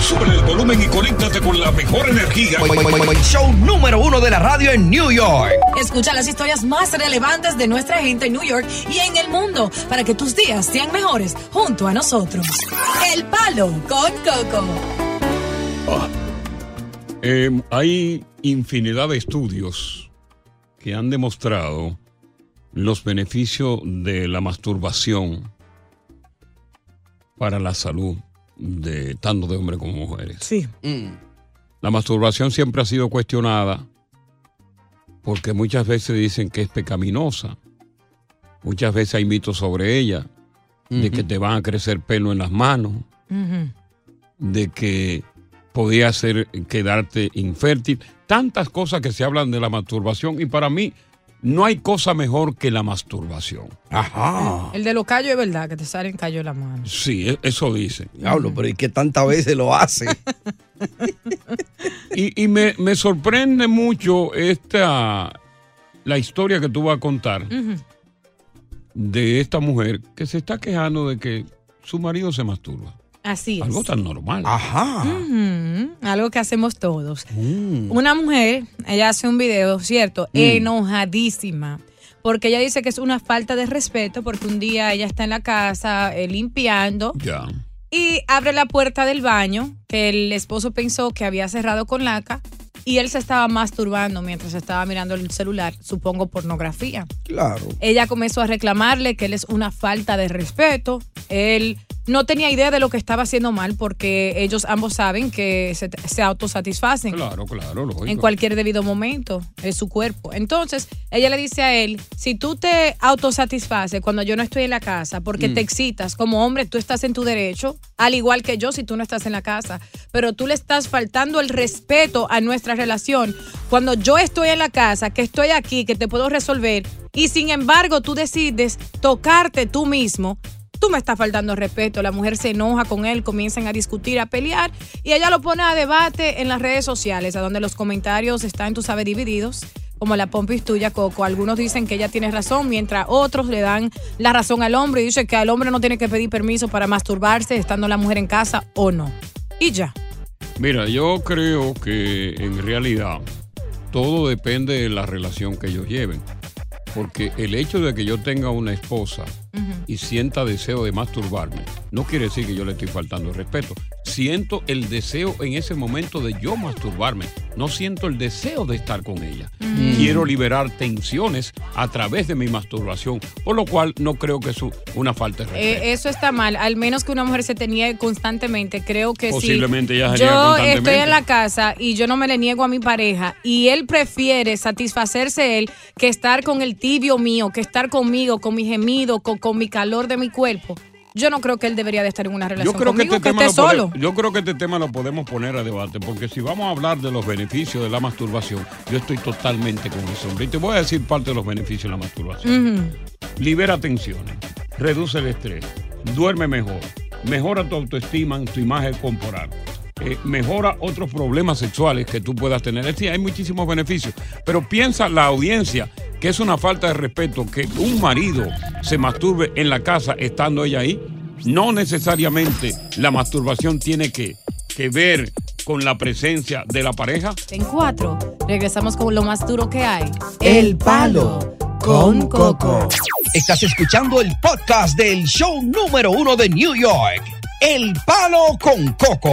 Sube el volumen y conéctate con la mejor energía. Boy, boy, boy, Show número uno de la radio en New York. Escucha las historias más relevantes de nuestra gente en New York y en el mundo para que tus días sean mejores junto a nosotros. El Palo con Coco. Ah. Eh, hay infinidad de estudios que han demostrado los beneficios de la masturbación para la salud de tanto de hombres como mujeres. Sí. Mm. La masturbación siempre ha sido cuestionada porque muchas veces dicen que es pecaminosa. Muchas veces hay mitos sobre ella, de que te van a crecer pelo en las manos, Ujú. de que podía hacer quedarte infértil. Tantas cosas que se hablan de la masturbación y para mí no hay cosa mejor que la masturbación. Ajá. El de los callos es verdad, que te salen callos en la mano. Sí, e- eso dicen. Diablo, pero ¿y qué tantas veces lo hace? Y, y me, me sorprende mucho esta la historia que tú vas a contar de esta mujer que se está quejando de que su marido se masturba. Así es. Algo tan normal. Ah. Ajá. Ujú, Algo que hacemos todos. Mm. Una mujer, ella hace un video, ¿cierto? Enojadísima. Porque ella dice que es una falta de respeto porque un día ella está en la casa eh, limpiando Ya. y abre la puerta del baño que el esposo pensó que había cerrado con laca y él se estaba masturbando mientras estaba mirando el celular, supongo pornografía. Claro. Eh, Ella comenzó a reclamarle que él es una falta de respeto. Él no tenía idea de lo que estaba haciendo mal porque ellos ambos saben que se, se autosatisfacen Claro, claro, lógico. en cualquier debido momento, en su cuerpo. Entonces, ella le dice a él, si tú te autosatisfaces cuando yo no estoy en la casa, porque te excitas como hombre, tú estás en tu derecho, al igual que yo si tú no estás en la casa, pero tú le estás faltando el respeto a nuestra relación. Cuando yo estoy en la casa, que estoy aquí, que te puedo resolver, y sin embargo tú decides tocarte tú mismo, tú me estás faltando respeto. La mujer se enoja con él, comienzan a discutir, a pelear y ella lo pone a debate en las redes sociales, a donde los comentarios están, tú sabes, divididos. Como la pompis tuya, Coco. Algunos dicen que ella tiene razón, mientras otros le dan la razón al hombre y dicen que al hombre no tiene que pedir permiso para masturbarse estando la mujer en casa o no. Y ya. Mira, yo creo que en realidad todo depende de la relación que ellos lleven. Porque el hecho de que yo tenga una esposa y sienta deseo de masturbarme, no quiere decir que yo le estoy faltando el respeto. Siento el deseo en ese momento de yo masturbarme. No siento el deseo de estar con ella. Quiero liberar tensiones a través de mi masturbación, por lo cual no creo que es un- una falta de respeto. Eh, eso está mal, al menos que una mujer se te niegue constantemente. Creo que Posiblemente si ella se niegue yo constantemente. estoy en la casa y yo no me le niego a mi pareja y él prefiere satisfacerse él que estar con el tibio mío, que estar conmigo, con mi gemido, con, con mi calor de mi cuerpo. yo no creo que él debería de estar en una Yo relación creo, que conmigo, este que, tema esté lo solo. pode- yo creo que este tema lo podemos poner a debate, porque si vamos a hablar de los beneficios de la masturbación, yo estoy totalmente con ese hombre. Y te voy a decir parte de los beneficios de la masturbación. Libera tensiones, reduce el estrés, duerme mejor, mejora tu autoestima, tu imagen corporal. eh, mejora otros problemas sexuales que tú puedas tener. Es decir, hay muchísimos beneficios. Pero piensa la audiencia que es una falta de respeto que un marido se masturbe en la casa estando ella ahí. No necesariamente la masturbación tiene que, que ver con la presencia de la pareja. En cuatro, regresamos con lo más duro que hay. El Palo con Coco. Estás escuchando el podcast del show número uno de New York. El Palo con Coco.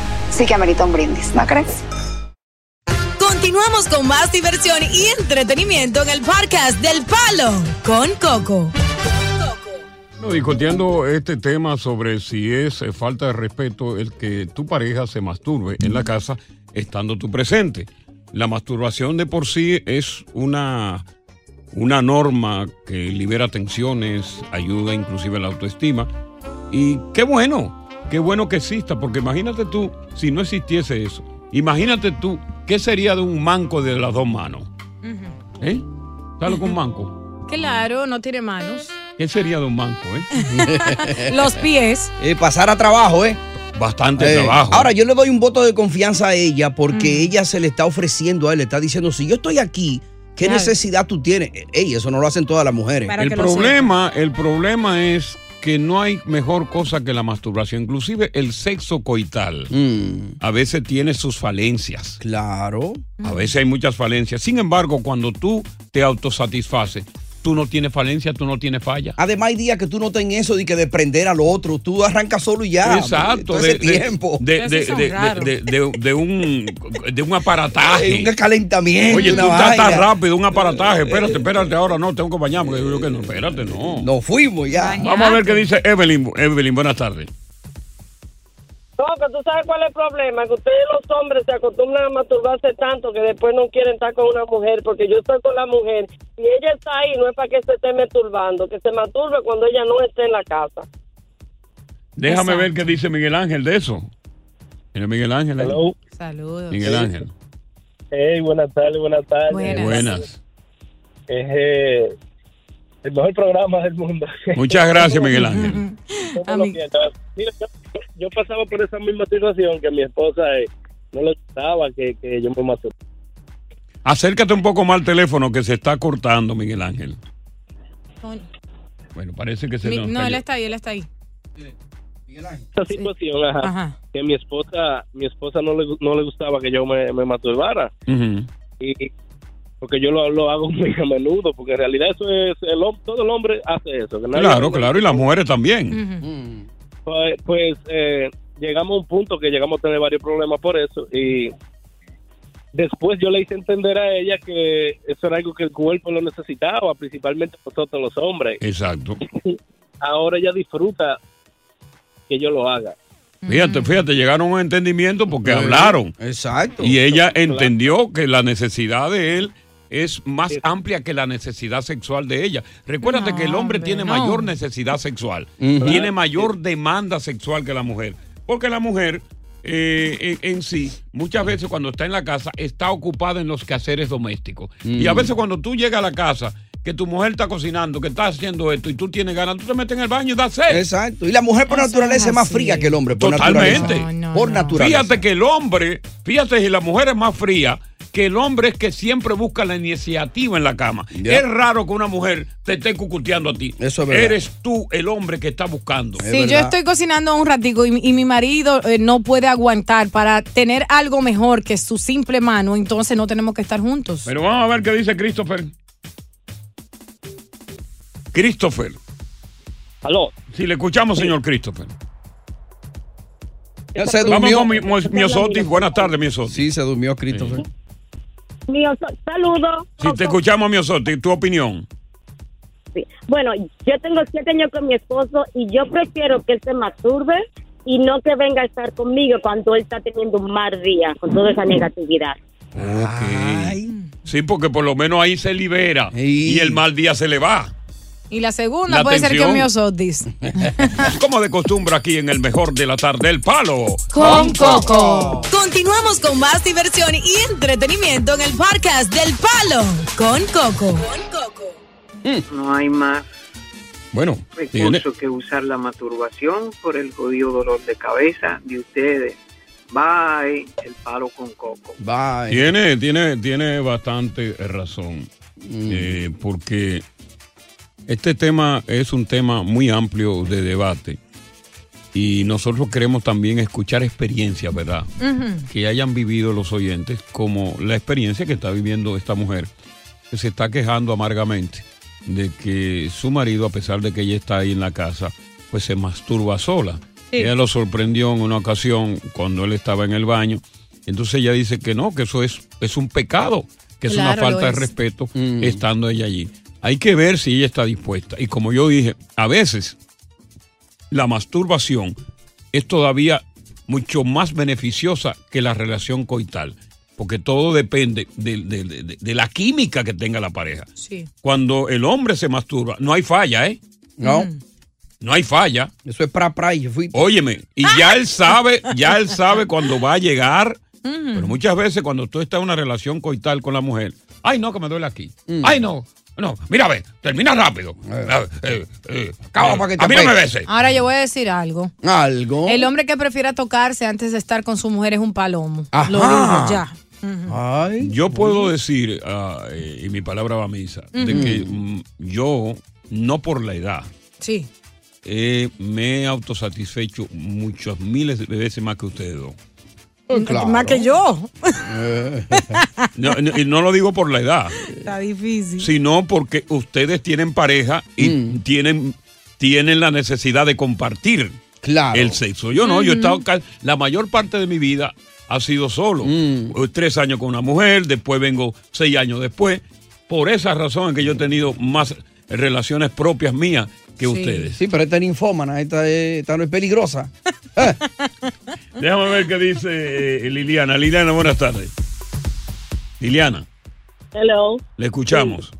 sí que amerita un brindis, ¿no crees? Continuamos con más diversión y entretenimiento en el podcast del Palo con Coco. Bueno, discutiendo este tema sobre si es eh, falta de respeto el que tu pareja se masturbe en la casa estando tú presente. La masturbación de por sí es una, una norma que libera tensiones, ayuda inclusive a la autoestima. Y qué bueno, qué bueno que exista, porque imagínate tú, si no existiese eso, imagínate tú, ¿qué sería de un manco de las dos manos? ¿Eh? ¿Sabes lo que es un manco? Claro, no tiene manos. ¿Qué sería de un manco, eh? Los pies. Eh, pasar a trabajo, ¿eh? Bastante Eh, trabajo. Ahora, yo le doy un voto de confianza a ella porque Mm. ella se le está ofreciendo a él, le está diciendo, si yo estoy aquí, ¿qué Claro. necesidad tú tienes? Eh, Ey, eso no lo hacen todas las mujeres. el problema, el problema es que no hay mejor cosa que la masturbación, inclusive el sexo coital. A veces tiene sus falencias. Mm. Claro. A veces hay muchas falencias. Sin embargo, cuando tú te autosatisfaces, tú no tienes falencia, tú no tienes falla. Además, hay días que tú no tengas eso de que depender al otro, tú arrancas solo y ya. Exacto, Todo de, ese de- tiempo. de- de- de- de- de- de un, de un aparataje. Un calentamiento, Oye, una tú estás tan vaina. Eh, rápido, un aparataje. Espérate, espérate, ahora no, tengo que bañarme. Yo creo que no, espérate, no. Nos fuimos ya. Vamos a ver qué dice Evelyn. Evelyn, buenas tardes. Coco, ¿tú sabes cuál es el problema? Que ustedes los hombres se acostumbran a masturbarse tanto que después no quieren estar con una mujer, porque yo estoy con la mujer y ella está ahí, no es para que se esté masturbando, que se masturbe cuando ella no esté en la casa. Déjame ver qué dice Miguel Ángel de eso. Mira, Miguel Ángel. ahí. Hello. Saludos. Miguel Ángel. Hey, buenas tardes, buenas tardes. Buenas. Buenas. Es eh, el mejor programa del mundo. Muchas gracias, Miguel Ángel. ¿Cómo lo piensas? Mira, yo, yo pasaba por esa misma situación que mi esposa eh, no le gustaba que, que yo me masturbara. Acércate un poco más al teléfono que se está cortando, Miguel Ángel. Bueno, parece que se Mi- nos no, cayó. él está ahí, él está ahí. Esa situación, ajá, Ajá. que mi esposa, mi esposa no le, gu- no le gustaba que yo me, me masturbara. Ujú. y porque yo lo, lo hago muy a menudo, porque en realidad eso es, el, hom- todo el hombre hace eso. que nadie- Claro, claro, y las mujeres también. Pues, pues, eh, llegamos a un punto que llegamos a tener varios problemas por eso y después yo le hice entender a ella que eso era algo que el cuerpo lo necesitaba, principalmente nosotros los hombres. Exacto. Ahora ella disfruta que yo lo haga. Fíjate, fíjate, llegaron a un entendimiento porque hablaron. Mm. Exacto. Y ella Claro. entendió que la necesidad de él es más amplia que la necesidad sexual de ella. Recuérdate que el hombre tiene mayor necesidad sexual, Ujú. tiene mayor demanda sexual que la mujer, porque la mujer eh, en, en sí muchas veces Mm. cuando está en la casa está ocupada en los quehaceres domésticos y a veces cuando tú llegas a la casa que tu mujer está cocinando, que está haciendo esto y tú tienes ganas, tú te metes en el baño y das sed. Exacto. Y la mujer por naturaleza es más fría que el hombre. Por Totalmente. naturaleza. por naturaleza. Fíjate que el hombre, fíjate si la mujer es más fría, que el hombre es que siempre busca la iniciativa en la cama. Ya. Es raro que una mujer te esté cucuteando a ti. Eso es verdad. Eres tú el hombre que está buscando. Si yo estoy cocinando un ratico y, mi- y mi marido eh, no puede aguantar para tener algo mejor que su simple mano, entonces no tenemos que estar juntos. Pero vamos a ver qué dice Christopher. Christopher. Aló. Si le escuchamos, señor Christopher. Ya se Vamos durmió. con mi- mi- Miosotis. Buenas tardes, Miosotis. Sí, se durmió Christopher. Mío, so- saludo. Si te escuchamos, Miosotis, tu opinión. Bueno, yo tengo siete años con mi esposo y yo prefiero que él se masturbe y no que venga a estar conmigo cuando él está teniendo un mal día con toda esa negatividad. Sí, porque por lo menos ahí se libera y el mal día se le va. Y la segunda La puede ser que tensión. mío sotis. Como de costumbre aquí en el mejor de la tarde, el palo. Con Coco. Continuamos con más diversión y entretenimiento en el podcast del Palo con Coco. No hay más Bueno, tiene- recurso que usar la masturbación por el jodido dolor de cabeza de ustedes. Bye, el palo con coco. Tiene, tiene, tiene bastante razón. Eh, porque este tema es un tema muy amplio de debate. Y nosotros queremos también escuchar experiencias, ¿verdad? Que hayan vivido los oyentes, como la experiencia que está viviendo esta mujer, que se está quejando amargamente de que su marido, a pesar de que ella está ahí en la casa, pues se masturba sola. Sí. Ella lo sorprendió en una ocasión cuando él estaba en el baño. Entonces ella dice que no, que eso es, es un pecado, que es una Claro, lo falta de es. respeto Mm. estando ella allí. Hay que ver si ella está dispuesta. Y como yo dije, a veces la masturbación es todavía mucho más beneficiosa que la relación coital, porque todo depende de, de- de- de- de la química que tenga la pareja. Sí. Cuando el hombre se masturba, no hay falla, ¿eh? No. Mm. No hay falla. Eso es pra pra y fui. Óyeme, y ya él sabe, ya él sabe cuando va a llegar. Mm. Pero muchas veces cuando tú estás en una relación coital con la mujer, ay no, que me duele aquí. Mm. Ay no, no, mira, ve, termina rápido. Eh, eh, eh, eh, para que te a mí no me apegues. beses. Ahora yo voy a decir algo. Algo. El hombre que prefiera tocarse antes de estar con su mujer es un palomo. Ajá. Lo digo ya. yo puedo decir, ah, eh, y mi palabra va a misa, de Ujú. que mm, yo, no por la edad, Sí. eh, me he autosatisfecho muchas miles de veces más que ustedes dos. Más que yo. Eh. No, no, y no lo digo por la edad, Está difícil. sino porque ustedes tienen pareja y tienen, tienen la necesidad de compartir el sexo. Yo no, yo he Ujú. estado ca- la mayor parte de mi vida ha sido solo. Eh, Tres años con una mujer, después vengo seis años después. Por esa razón es que yo he tenido más relaciones propias mías que ustedes. Sí, pero esta es ninfómana, esta, es- esta no es peligrosa. Déjame ver qué dice eh, Liliana. Liliana, buenas tardes. Liliana, Hello. le escuchamos.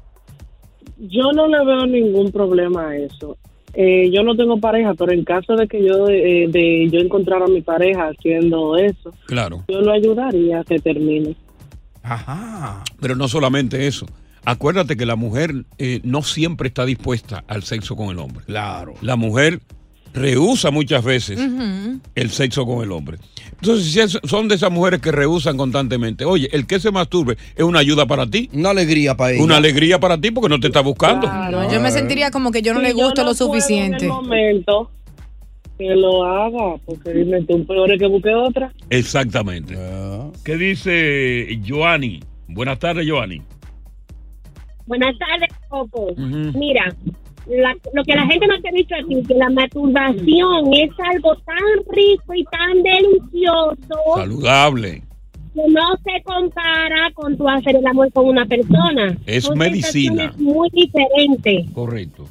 Yo no le veo ningún problema a eso. Eh, yo no tengo pareja, pero en caso de que yo eh, de yo encontrara a mi pareja haciendo eso, Claro. yo lo ayudaría a que termine. Pero no solamente eso. Acuérdate que la mujer eh, no siempre está dispuesta al sexo con el hombre. Claro. La mujer rehúsa muchas veces el sexo con el hombre. Entonces, si es- son de esas mujeres que rehusan constantemente, oye, el que se masturbe es una ayuda para ti. Una alegría para ella. Una alegría para ti porque no te está buscando. Yo me sentiría como que yo no Si le gusto no lo puedo en el suficiente. momento que lo haga, porque dime tú, peor es que busque otra. Exactamente. ¿Qué dice Joanny? Buenas tardes, Joanny. Buenas tardes, Coco. Ujú. Mira, la- lo que la gente no te ha dicho aquí, que la masturbación es algo tan rico y tan delicioso Saludable. que no se compara con tu hacer el amor con una persona. Es Son medicina. sensaciones muy diferente. Correcto.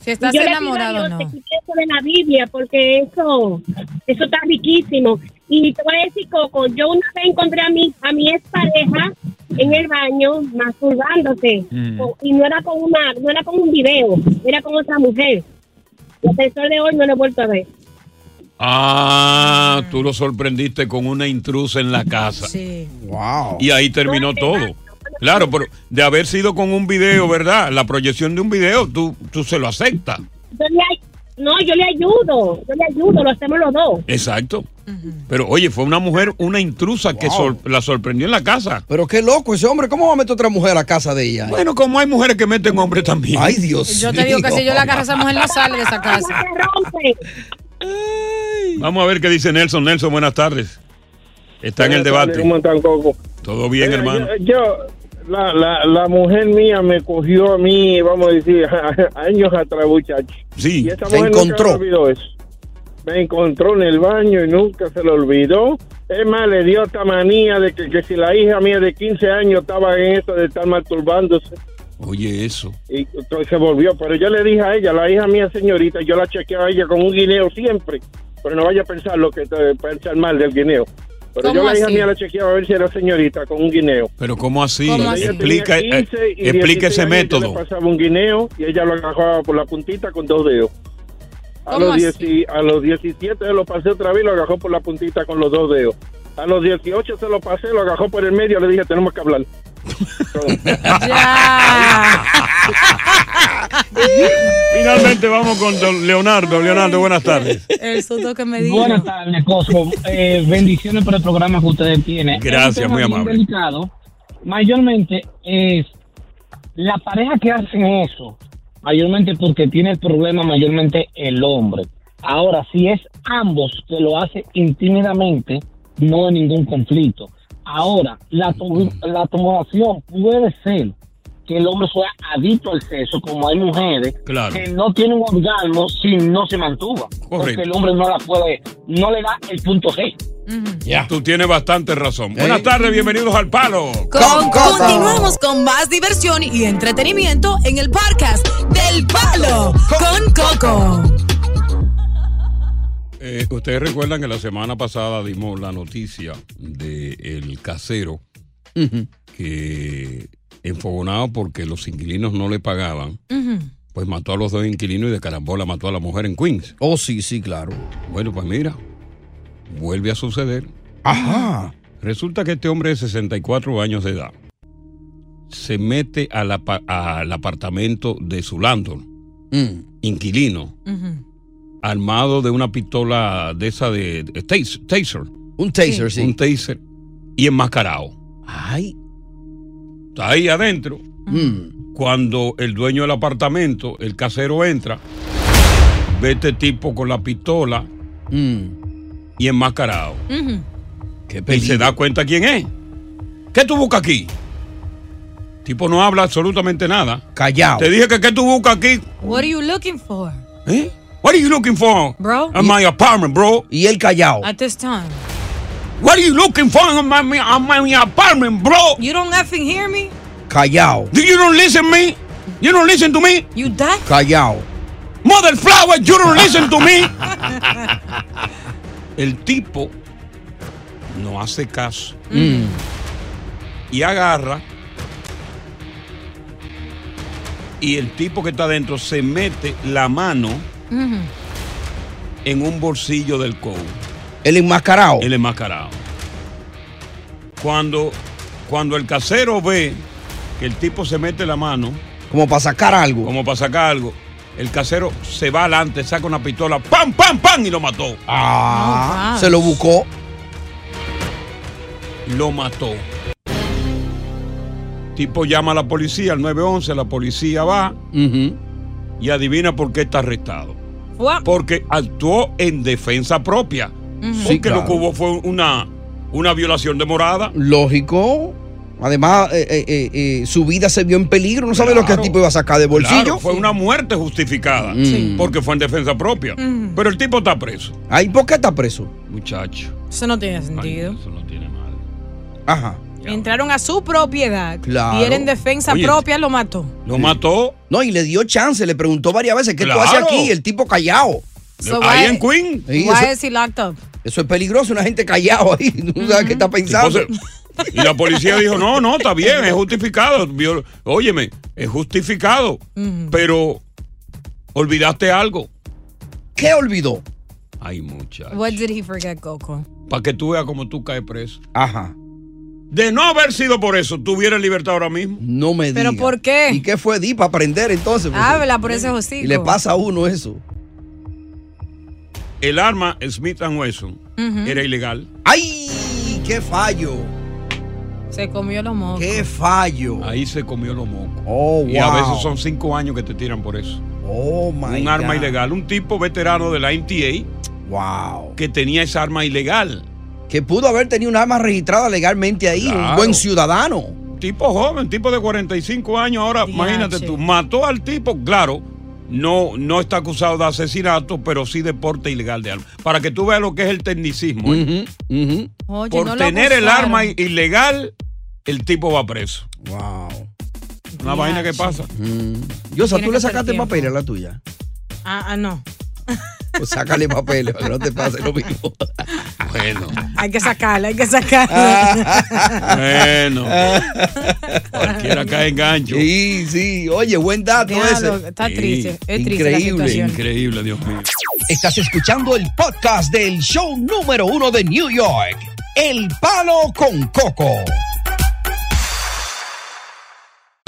Si estás Y yo le pido a enamorado o Dios no. que quite eso de la Biblia, porque eso, eso está riquísimo. Y te voy a decir, Coco, yo una vez encontré a mi, a mi expareja en el baño masturbándose. Mm. O- Y no era con una, no era con un video, era con otra mujer. Y Hasta el sol de hoy no lo he vuelto a ver. Ah, tú lo sorprendiste con una intrusa en la casa. Sí. Wow. Y ahí terminó todo. Claro, pero de haber sido con un video, ¿verdad? La proyección de un video, tú, tú se lo aceptas. Yo le ay- no, yo le ayudo, yo le ayudo, lo hacemos los dos. Exacto. Pero oye, fue una mujer, una intrusa que sor- la sorprendió en la casa. Pero qué loco ese hombre, ¿cómo va a meter otra mujer a la casa de ella? Bueno, como hay mujeres que meten hombres también. Ay, Dios. Yo te digo que mío. si yo la agarro a esa mujer no sale de esa casa. Vamos a ver qué dice Nelson. Nelson, buenas tardes. Está en el debate. ¿Cómo están, Coco? Todo bien, Oye, hermano. Eh, Yo, yo- la, la, la mujer mía me cogió a mí, vamos a decir, años atrás, muchacho. Sí, y esa te mujer encontró. Nunca me, olvidó eso. me encontró en el baño y nunca se lo olvidó. Es más, le dio esta manía de que, que si la hija mía de 15 años estaba en eso de estar masturbándose. Oye, eso. Y entonces se volvió, pero yo le dije a ella, la hija mía señorita, yo la chequeo a ella con un guineo siempre, pero no vaya a pensar lo que te pensar mal del guineo. Pero yo ¿Cómo la hija así? mía la chequeaba a ver si era señorita con un guineo. Pero ¿cómo así? ¿Cómo así? Explica, Tenía 15 eh, y explica 16 ese años yo método. Le pasaba un guineo y ella lo agarraba por la puntita con dos dedos. A ¿Cómo los, así? dieci- a los 17 se lo pasé otra vez y lo agarró por la puntita con los dos dedos. A los 18 se lo pasé, lo agarró por el medio, le dije, tenemos que hablar. Finalmente vamos con don Leonardo. Leonardo, buenas tardes. El susto que me dio. Buenas tardes, Cosmo. Eh, bendiciones por el programa que ustedes tienen. Gracias, este Es un tema muy bien amable. delicado. mayormente es la pareja que hacen eso, mayormente porque tiene el problema mayormente el hombre. Ahora, si es ambos que lo hacen intimidamente, no hay ningún conflicto. Ahora, la, to- la tomación puede ser que el hombre sea adicto al sexo, como hay mujeres Claro. que no tienen un orgasmo si no se mantuvo. Porque el hombre no la puede, no le da el punto G. Tú tienes bastante razón. Buenas tardes, bienvenidos al Palo. Con- continuamos con más diversión y entretenimiento en el podcast del Palo con Coco. Eh, Ustedes recuerdan que la semana pasada dimos la noticia de el casero que enfogonado porque los inquilinos no le pagaban, pues mató a los dos inquilinos y de carambola mató a la mujer en Queens. Oh, sí, sí, claro. Bueno, pues mira, vuelve a suceder. Ajá. Resulta que este hombre de 64 años de edad se mete a la pa- al apartamento de su landlord, Mm. inquilino, armado de una pistola de esa de, de tas- taser. Un taser, sí. Un taser y enmascarado. Ay. Está ahí adentro. Mm. Cuando el dueño del apartamento, el casero entra, ve este tipo con la pistola Mm. y enmascarado. Y se da cuenta quién es. ¿Qué tú buscas aquí? El tipo no habla absolutamente nada. Callado. Te dije que qué tú buscas aquí. What are you looking for, ¿Eh? What are you looking for? bro? In my apartment, bro. Y él callado. At this time. What are you looking for in my, in my apartment, bro? You don't effing hear me? Callao. Do you don't listen me? You don't listen to me? You die? Callao. Mother flower, you don't listen to me. El tipo no hace caso. Y agarra. Y el tipo que está adentro se mete la mano en un bolsillo del codo. El enmascarado. El enmascarado. Cuando, cuando el casero ve que el tipo se mete la mano, Como para sacar algo. como para sacar algo, el casero se va adelante, saca una pistola, ¡pam, pam, pam! y lo mató. Ah. Se lo buscó. Lo mató. Tipo llama a la policía, al 911, la policía va y adivina por qué está arrestado. Porque actuó en defensa propia. Sí, Porque lo claro. que hubo fue una, una violación de morada. Lógico. Además, eh, eh, eh, eh, su vida se vio en peligro. No sabe lo que el tipo iba a sacar del bolsillo. Mm. Claro, fue una muerte justificada. Porque fue en defensa propia. Mm. Pero el tipo está preso. Ay, ¿por qué está preso? Muchacho. Eso no tiene sentido. Ajá. Entraron a su propiedad. Claro. Y él en defensa Oye. propia lo mató. Lo mató. No, y le dio chance. Le preguntó varias veces, ¿qué Claro. tú haces aquí? El tipo callado. So Ahí why- en Queen. Why is he locked up? Eso es peligroso, una gente callado ahí. No sabes qué está pensando. Entonces, y la policía dijo, no, no, está bien, es justificado. Viol- Óyeme, es justificado. Pero olvidaste algo. ¿Qué olvidó? Ay, muchacho. What did he forget, Coco? Para que tú veas cómo tú caes preso. Ajá. De no haber sido por eso, tuviera libertad ahora mismo. No me ¿Pero por qué? ¿Y qué fue di para aprender entonces? pues? Habla por ese hocico. Y le pasa a uno eso. El arma Smith Wesson era ilegal. ¡Ay! ¡Qué fallo! Se comió los mocos. ¡Qué fallo! Ahí se comió los mocos. Oh, Y a wow. veces son cinco años que te tiran por eso. Oh, my Un arma God. ilegal. Un tipo veterano de la MTA. Wow. Que tenía esa arma ilegal. Que pudo haber tenido un arma registrada legalmente ahí, un Claro. buen ciudadano. Tipo joven, tipo de 45 años. Ahora, imagínate tú, mató al tipo, claro. No, no está acusado de asesinato, pero sí de porte ilegal de arma. Para que tú veas lo que es el tecnicismo. ¿eh? Oye, Por no lo tener el acusaron. arma i- ilegal, el tipo va preso. Wow. Una vaina que pasa. Yosa, Tiene ¿tú le que ser sacaste tiempo. papeles a la tuya? Ah, ah, no. Pues sácale papeles, pero no te pase lo mismo. Bueno. Hay que sacarla, hay que sacarla. Bueno. Cualquiera cae en gancho. Sí, sí. Oye, buen dato Diablo, ese. está triste, es triste la situación. Increíble, Dios mío. Estás escuchando el podcast del show número uno de New York, El Palo con Coco.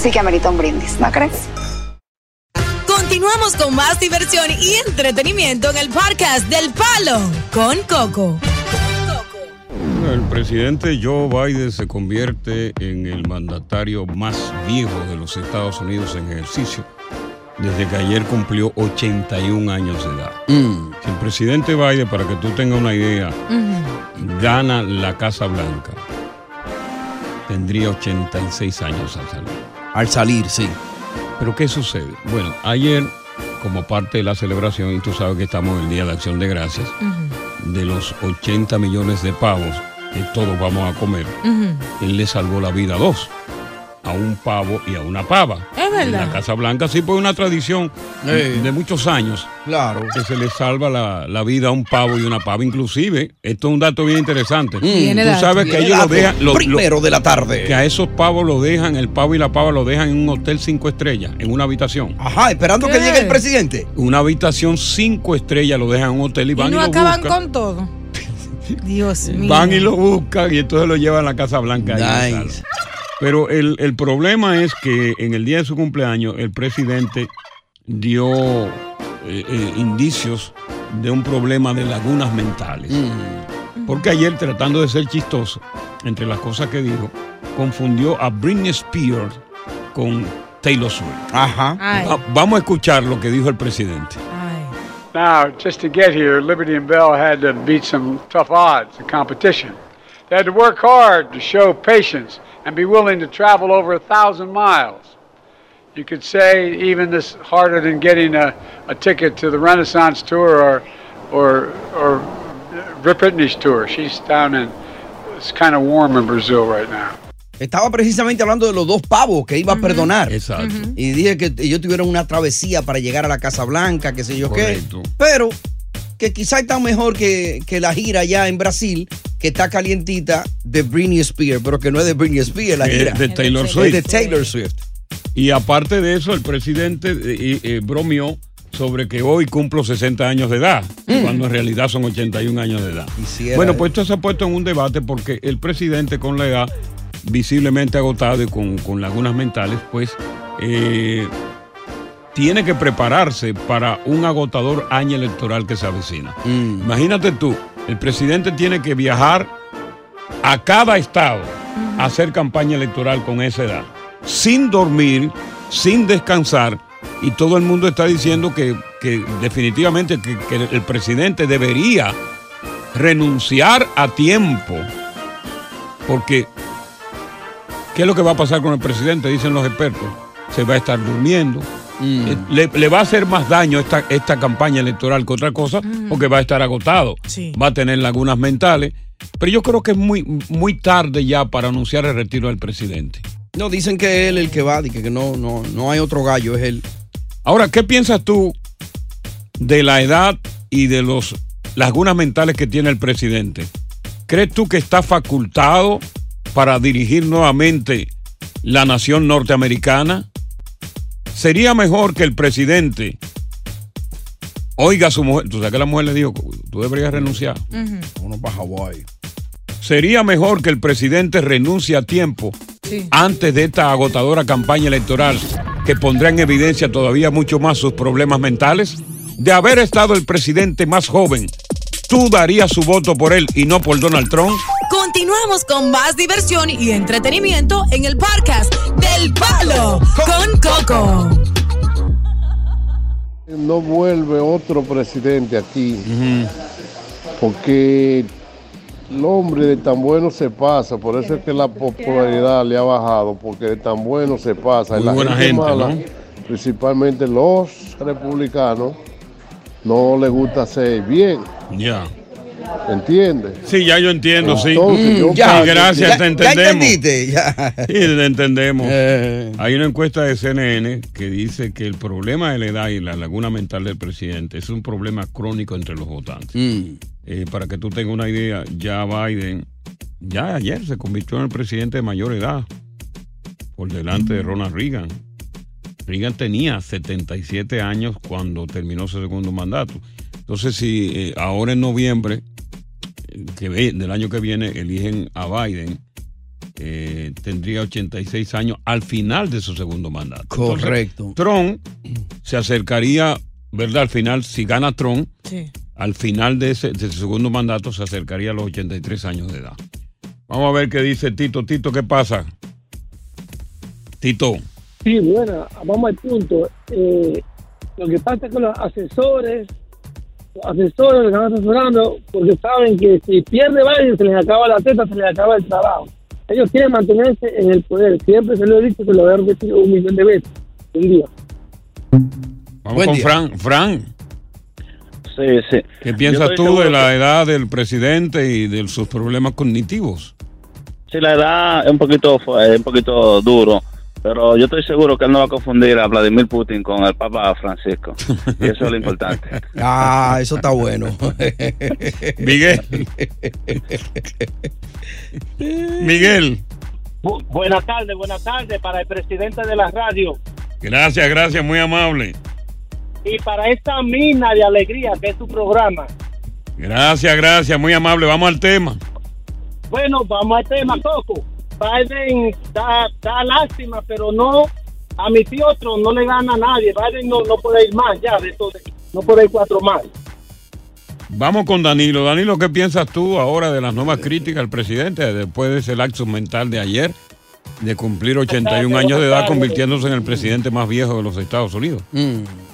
sí que amerita un brindis, ¿no crees? Continuamos con más diversión y entretenimiento en el podcast del Palo con Coco. El presidente Joe Biden se convierte en el mandatario más viejo de los Estados Unidos en ejercicio, desde que ayer cumplió 81 años de edad. El presidente Biden, para que tú tengas una idea, gana la Casa Blanca. Tendría 86 años al salir. Al salir, sí. Pero ¿qué sucede? Bueno, ayer, como parte de la celebración, y tú sabes que estamos en el Día de Acción de Gracias, de los 80 millones de pavos que todos vamos a comer, él le salvó la vida a dos, a un pavo y a una pava. Es En la verdad. Casa Blanca sí fue una tradición Eh. de muchos años. Claro. Que se le salva la, la vida a un pavo y una pava. Inclusive, esto es un dato bien interesante. Viene Tú Mm. dato. sabes que Viene ellos lo dato. dejan... lo- lo- Primero de la tarde. Que a esos pavos lo dejan, el pavo y la pava lo dejan en un hotel cinco estrellas, en una habitación. Ajá, esperando que llegue el presidente. Una habitación cinco estrellas lo dejan en un hotel y van Y y, no lo acaban buscan. con todo. Dios mío. Van y lo buscan y entonces lo llevan a la Casa Blanca. ahí en la sala. Pero el, el problema es que en el día de su cumpleaños el presidente dio eh, eh, indicios de un problema de lagunas mentales. Porque ayer tratando de ser chistoso, entre las cosas que dijo, confundió a Britney Spears con Taylor Swift. Ajá. Ay. vamos a escuchar lo que dijo el presidente. Now, just to get here, Liberty and Bell had to beat some tough odds and competition. They had to work hard to show patience and be willing to travel over a thousand miles. You could say even this harder than getting a, a ticket to the Renaissance tour or or or Rip Britney's tour. She's down in it's kind of warm in Brazil right now. Estaba precisamente hablando de los dos pavos que iba a perdonar. Exacto. Y dije que ellos tuvieron una travesía para llegar a la Casa Blanca, qué sé yo Correcto. qué. Pero que quizá está mejor que, que la gira allá en Brasil, que está calientita de Britney Spears, pero que no es de Britney Spears la Es gira. de Taylor Es Swift. de Taylor Swift. Y aparte de eso, el presidente eh, eh, bromeó sobre que hoy cumplo 60 años de edad, Mm. cuando en realidad son 81 años de edad. Bueno, pues esto se ha puesto en un debate porque el presidente con la edad visiblemente agotado y con, con lagunas mentales, pues eh, tiene que prepararse para un agotador año electoral que se avecina. Imagínate tú, el presidente tiene que viajar a cada estado hacer campaña electoral con esa edad, sin dormir, sin descansar, y todo el mundo está diciendo que, que definitivamente que, que el presidente debería renunciar a tiempo, porque ¿qué es lo que va a pasar con el presidente? Dicen los expertos, se va a estar durmiendo. Eh, Le, le va a hacer más daño esta, esta campaña electoral que otra cosa, porque va a estar agotado, Sí. va a tener lagunas mentales. Pero yo creo que es muy, muy tarde ya para anunciar el retiro del presidente. No, dicen que él el que va, dice que no, no, no hay otro gallo, es él. Ahora, ¿qué piensas tú de la edad y de los lagunas mentales que tiene el presidente? ¿Crees tú que está facultado para dirigir nuevamente la nación norteamericana? ¿Sería mejor que el presidente oiga a su mujer? Tú sabes que la mujer le dijo, tú deberías renunciar. Uno para Hawái. ¿Sería mejor que el presidente renuncie a tiempo antes de esta agotadora campaña electoral que pondrá en evidencia todavía mucho más sus problemas mentales? De haber estado el presidente más joven, ¿tú darías su voto por él y no por Donald Trump? Continuamos con más diversión y entretenimiento en el podcast del Palo con Coco. No vuelve otro presidente aquí, porque el hombre de tan bueno se pasa, por eso es que la popularidad le ha bajado, porque de tan bueno se pasa. Y Muy buena gente, ¿no? principalmente los republicanos, no le gusta hacer bien, Ya. ¿entiendes? Sí, ya yo entiendo, sí. Entonces, yo- Sí, ya, gracias, ya- te ya entendemos. entendiste, Eh. Sí, te entendemos. Hay una encuesta de CNN que dice que el problema de la edad y la laguna mental del presidente es un problema crónico entre los votantes. Mm. Eh, para que tú tengas una idea, ya Biden, ya ayer se convirtió en el presidente de mayor edad, por delante Mm. de Ronald Reagan. Reagan tenía 77 años cuando terminó su segundo mandato. Entonces, si eh, ahora en noviembre eh, que ve- del año que viene eligen a Biden, eh, tendría 86 años al final de su segundo mandato. Entonces, Correcto. Trump se acercaría, ¿verdad? Al final, si gana Trump, Sí. al final de, ese, de su segundo mandato se acercaría a los 83 años de edad. Vamos a ver qué dice Tito. Tito, ¿qué pasa? Tito. Sí, bueno, vamos al punto. Eh, lo que pasa es que los asesores, los asesores los están asesorando porque saben que si pierde Biden se les acaba la teta, se les acaba el trabajo. Ellos quieren mantenerse en el poder. Siempre se lo he dicho, se lo voy a repetir un millón de veces un día. Vamos Buen con día. Fran. Fran. Sí, sí. ¿Qué piensas Yo estoy tú seguro de la que- edad del presidente y de sus problemas cognitivos? Sí, la edad es un poquito, fu- eh, un poquito duro, pero yo estoy seguro que él no va a confundir a Vladimir Putin con el Papa Francisco. Y eso es lo importante. Ah, eso está bueno. Miguel. Miguel. Bu- buenas tardes, buenas tardes para el presidente de la radio Gracias, gracias, muy amable. y para esta mina de alegría que es tu programa. Gracias, gracias, muy amable. Vamos al tema. Bueno, vamos al tema, Coco. Biden da, da lástima, pero no, a mi tío Trump no le gana a nadie. Biden no, no puede ir más, ya, de todo, no puede ir cuatro más. Vamos con Danilo. Danilo, ¿qué piensas tú ahora de las nuevas críticas al presidente después de ese laxo mental de ayer de cumplir 81 años de edad convirtiéndose en el presidente más viejo de los Estados Unidos?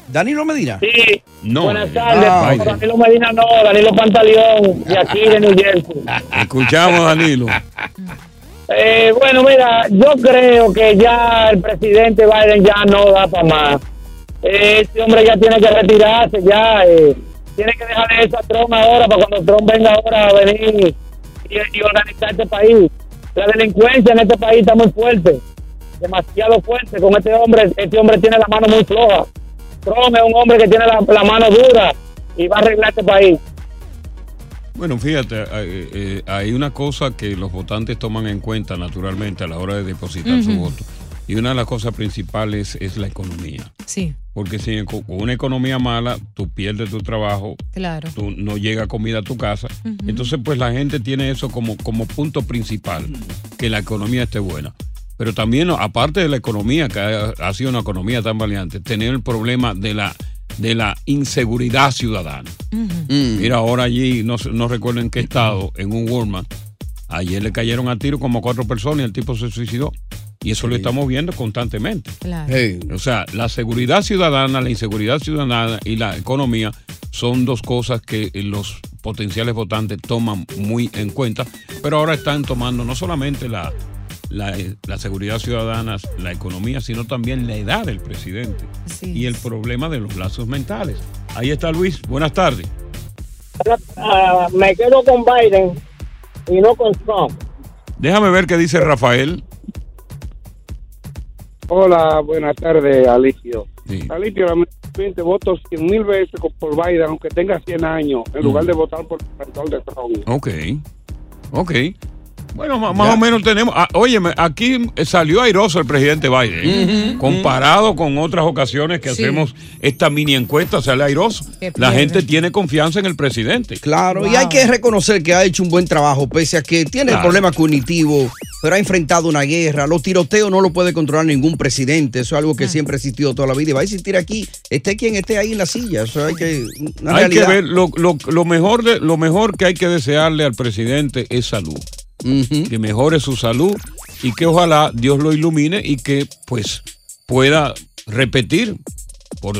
Danilo Medina. Sí. No. Buenas eh, tardes, Biden. Danilo Medina no, Danilo Pantaleón, de aquí de New Jersey. Escuchamos, Danilo. Eh, bueno, mira, yo creo que ya el presidente Biden ya no da para más. Eh, Este hombre ya tiene que retirarse, ya. eh, tiene que dejarle esa Trump ahora para cuando Trump venga ahora a venir y, y organizar este país. La delincuencia en este país está muy fuerte, demasiado fuerte. Con este hombre, este hombre tiene la mano muy floja. Trump es un hombre que tiene la, la mano dura y va a arreglar este país. Bueno, fíjate, eh, eh, hay una cosa que los votantes toman en cuenta naturalmente a la hora de depositar su Ujú. voto. Y una de las cosas principales es la economía. Sí, Porque si con con una economía mala, tú pierdes tu trabajo, claro. tú no llega comida a tu casa. Ujú. Entonces, pues la gente tiene eso como, como punto principal, que la economía esté buena. Pero también, aparte de la economía, que ha, ha sido una economía tan valiente, tener el problema de la, de la inseguridad ciudadana. Mira, ahora allí, no, sé- no recuerdo en qué estado, en un Walmart, Ayer le cayeron a tiro como cuatro personas y el tipo se suicidó. Y eso lo estamos viendo constantemente. Claro. O sea, la seguridad ciudadana, la inseguridad ciudadana y la economía son dos cosas que eh, los potenciales votantes toman muy en cuenta, pero ahora están tomando no solamente la, la, eh, la seguridad ciudadana, la economía, sino también la edad del presidente y el problema de los lazos mentales. Ahí está Luis, buenas tardes. Ah, me quedo con Biden y no con Trump. Déjame ver qué dice Rafael. Hola, buenas tardes, Alicio. Alicio, lamentablemente voto cien mil veces por Biden, aunque tenga 100 años, Mm. en lugar de votar por el cantor de Trump. Ok, ok. Oh, Bueno, ma- más o menos tenemos. ah, óyeme, aquí salió airoso el presidente Biden. Ujú, comparado con otras ocasiones que Sí. hacemos esta mini encuesta, sale airoso. Que La pierde. gente tiene confianza en el presidente. Claro, y hay que reconocer que ha hecho un buen trabajo, pese a que tiene el Claro. problema cognitivo, pero ha enfrentado una guerra. Los tiroteos no lo puede controlar ningún presidente. Eso es algo que siempre ha existido toda la vida y va a existir aquí, esté quien esté ahí en la silla. Eso hay que. una hay realidad. que ver, lo, lo- lo mejor de, lo mejor que hay que desearle al presidente es salud. Que mejore su salud y que ojalá Dios lo ilumine y que pues pueda repetir por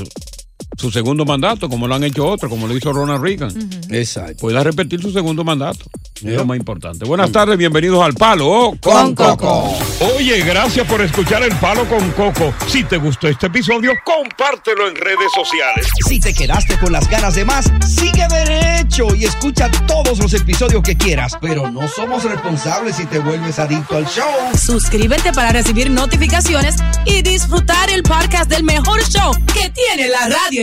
su segundo mandato, como lo han hecho otros, como lo hizo Ronald Reagan. Exacto. Mm. Pueda repetir su segundo mandato. Es lo más importante. Buenas tardes, bienvenidos al Palo con Coco. Oye, gracias por escuchar el Palo con Coco. Si te gustó este episodio, compártelo en redes sociales. Si te quedaste con las ganas de más, sigue derecho y escucha todos los episodios que quieras. Pero no somos responsables si te vuelves adicto al show. Suscríbete para recibir notificaciones y disfrutar el podcast del mejor show que tiene la radio